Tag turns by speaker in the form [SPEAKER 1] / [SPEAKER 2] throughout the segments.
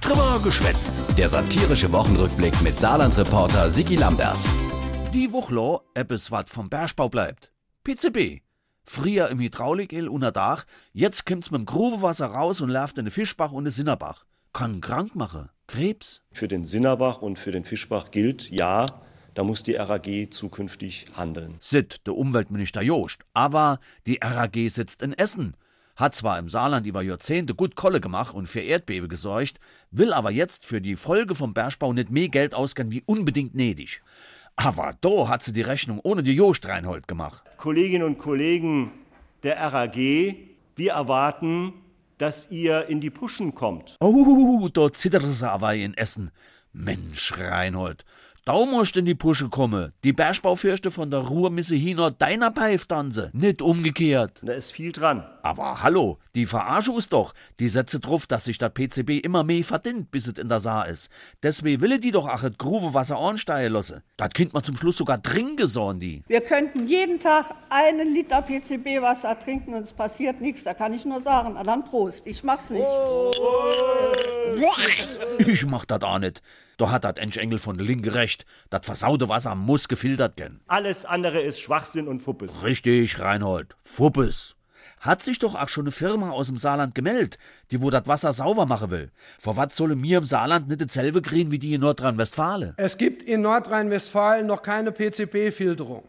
[SPEAKER 1] Trimmer geschwätzt. Der satirische Wochenrückblick mit Saarland-Reporter Sigi Lambert.
[SPEAKER 2] Die Woche lang etwas was vom Bergbau bleibt. PCB. Früher im Hydrauliköl unter Dach, jetzt kommt's mit dem Gruvewasser raus und läuft in den Fischbach und den Sinnerbach. Kann krank machen. Krebs.
[SPEAKER 3] Für den Sinnerbach und für den Fischbach gilt, ja, da muss die RAG zukünftig handeln.
[SPEAKER 2] Sitt, der Umweltminister Jost. Aber die RAG sitzt in Essen. Hat zwar im Saarland über Jahrzehnte gut Kolle gemacht und für Erdbeben gesorgt, will aber jetzt für die Folge vom Bergbau nicht mehr Geld ausgeben wie unbedingt nötig. Aber da hat sie die Rechnung ohne die Jost Reinhold gemacht.
[SPEAKER 3] Kolleginnen und Kollegen der RAG, wir erwarten, dass ihr in die Puschen kommt.
[SPEAKER 2] Oh, da zittert es aber in Essen. Mensch, Reinhold, da musst in die Pusche kommen. Die Bergbaufürste von der Ruhr misse hiner deiner Beif tanzen, nicht umgekehrt.
[SPEAKER 3] Da ist viel dran.
[SPEAKER 2] Aber hallo, die Verarsche ist doch. Die setze drauf, dass sich das PCB immer mehr verdient, bis es in der Saar ist. Deswegen will die doch achet Gruve Wasser ansteigen lassen. Das Kind mal zum Schluss sogar trinken sollen die.
[SPEAKER 4] Wir könnten jeden Tag einen Liter PCB-Wasser trinken und es passiert nichts. Da kann ich nur sagen, na dann Prost. Ich mach's nicht.
[SPEAKER 2] Ich mach das auch nicht. Da hat das Engel von der Linke recht. Das versaute Wasser muss gefiltert werden.
[SPEAKER 3] Alles andere ist Schwachsinn und Fuppes.
[SPEAKER 2] Richtig, Reinhold. Fuppes. Hat sich doch auch schon eine Firma aus dem Saarland gemeldet, die wo das Wasser sauber machen will. Vor was solle mir im Saarland nicht dasselbe kriegen wie die in Nordrhein-Westfalen?
[SPEAKER 5] Es gibt in Nordrhein-Westfalen noch keine PCB-Filterung.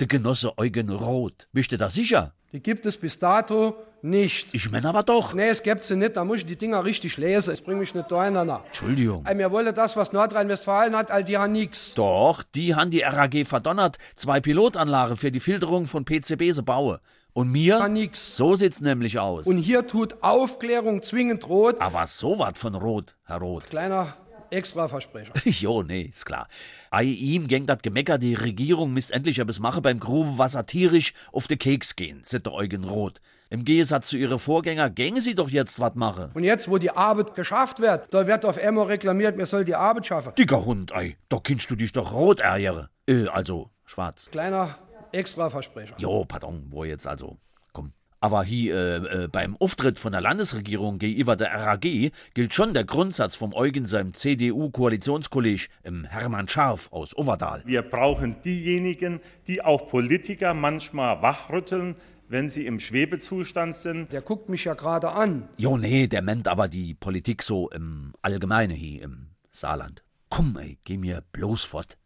[SPEAKER 2] Der Genosse Eugen Roth. Bist du da sicher?
[SPEAKER 5] Die gibt es bis dato nicht.
[SPEAKER 2] Ich mein aber doch.
[SPEAKER 5] Nee, es gibt sie nicht, da muss ich die Dinger richtig lesen. Es bringt mich nicht durcheinander.
[SPEAKER 2] Entschuldigung.
[SPEAKER 5] Ey, Mir wollte das, was Nordrhein-Westfalen hat, all die haben nix.
[SPEAKER 2] Doch, die haben die RAG verdonnert, zwei Pilotanlagen für die Filterung von PCB zu bauen. Und mir?
[SPEAKER 5] Haben nix.
[SPEAKER 2] So sieht's nämlich aus.
[SPEAKER 5] Und hier tut Aufklärung zwingend rot.
[SPEAKER 2] aber so wat von Rot, Herr Roth.
[SPEAKER 5] Kleiner Extraversprecher.
[SPEAKER 2] jo, nee, ist klar. Ei ihm gängt dat Gemecker, die Regierung misst endlich etwas mache beim Gruvewasser tierisch auf de Keks gehen, sitte Eugen Roth. Im Gegensatz zu ihre Vorgänger gänge sie doch jetzt wat mache.
[SPEAKER 5] Und jetzt, wo die Arbeit geschafft wird, da wird auf Emmer reklamiert, mir soll die Arbeit schaffen.
[SPEAKER 2] Dicker Hund, ei, da kindst du dich doch rot ärgere. Äh, also, schwarz.
[SPEAKER 5] Kleiner Extraversprecher.
[SPEAKER 2] Jo, pardon, wo jetzt also? Komm. Aber hier äh, äh, beim Auftritt von der Landesregierung gegenüber der RAG gilt schon der Grundsatz vom Eugen seinem CDU-Koalitionskolleg im ähm, Hermann Scharf aus Overdal.
[SPEAKER 6] Wir brauchen diejenigen, die auch Politiker manchmal wachrütteln, wenn sie im Schwebezustand sind.
[SPEAKER 5] Der guckt mich ja gerade an.
[SPEAKER 2] Jo, nee, der meint aber die Politik so im Allgemeine hier im Saarland. Komm, ey, geh mir bloß fort.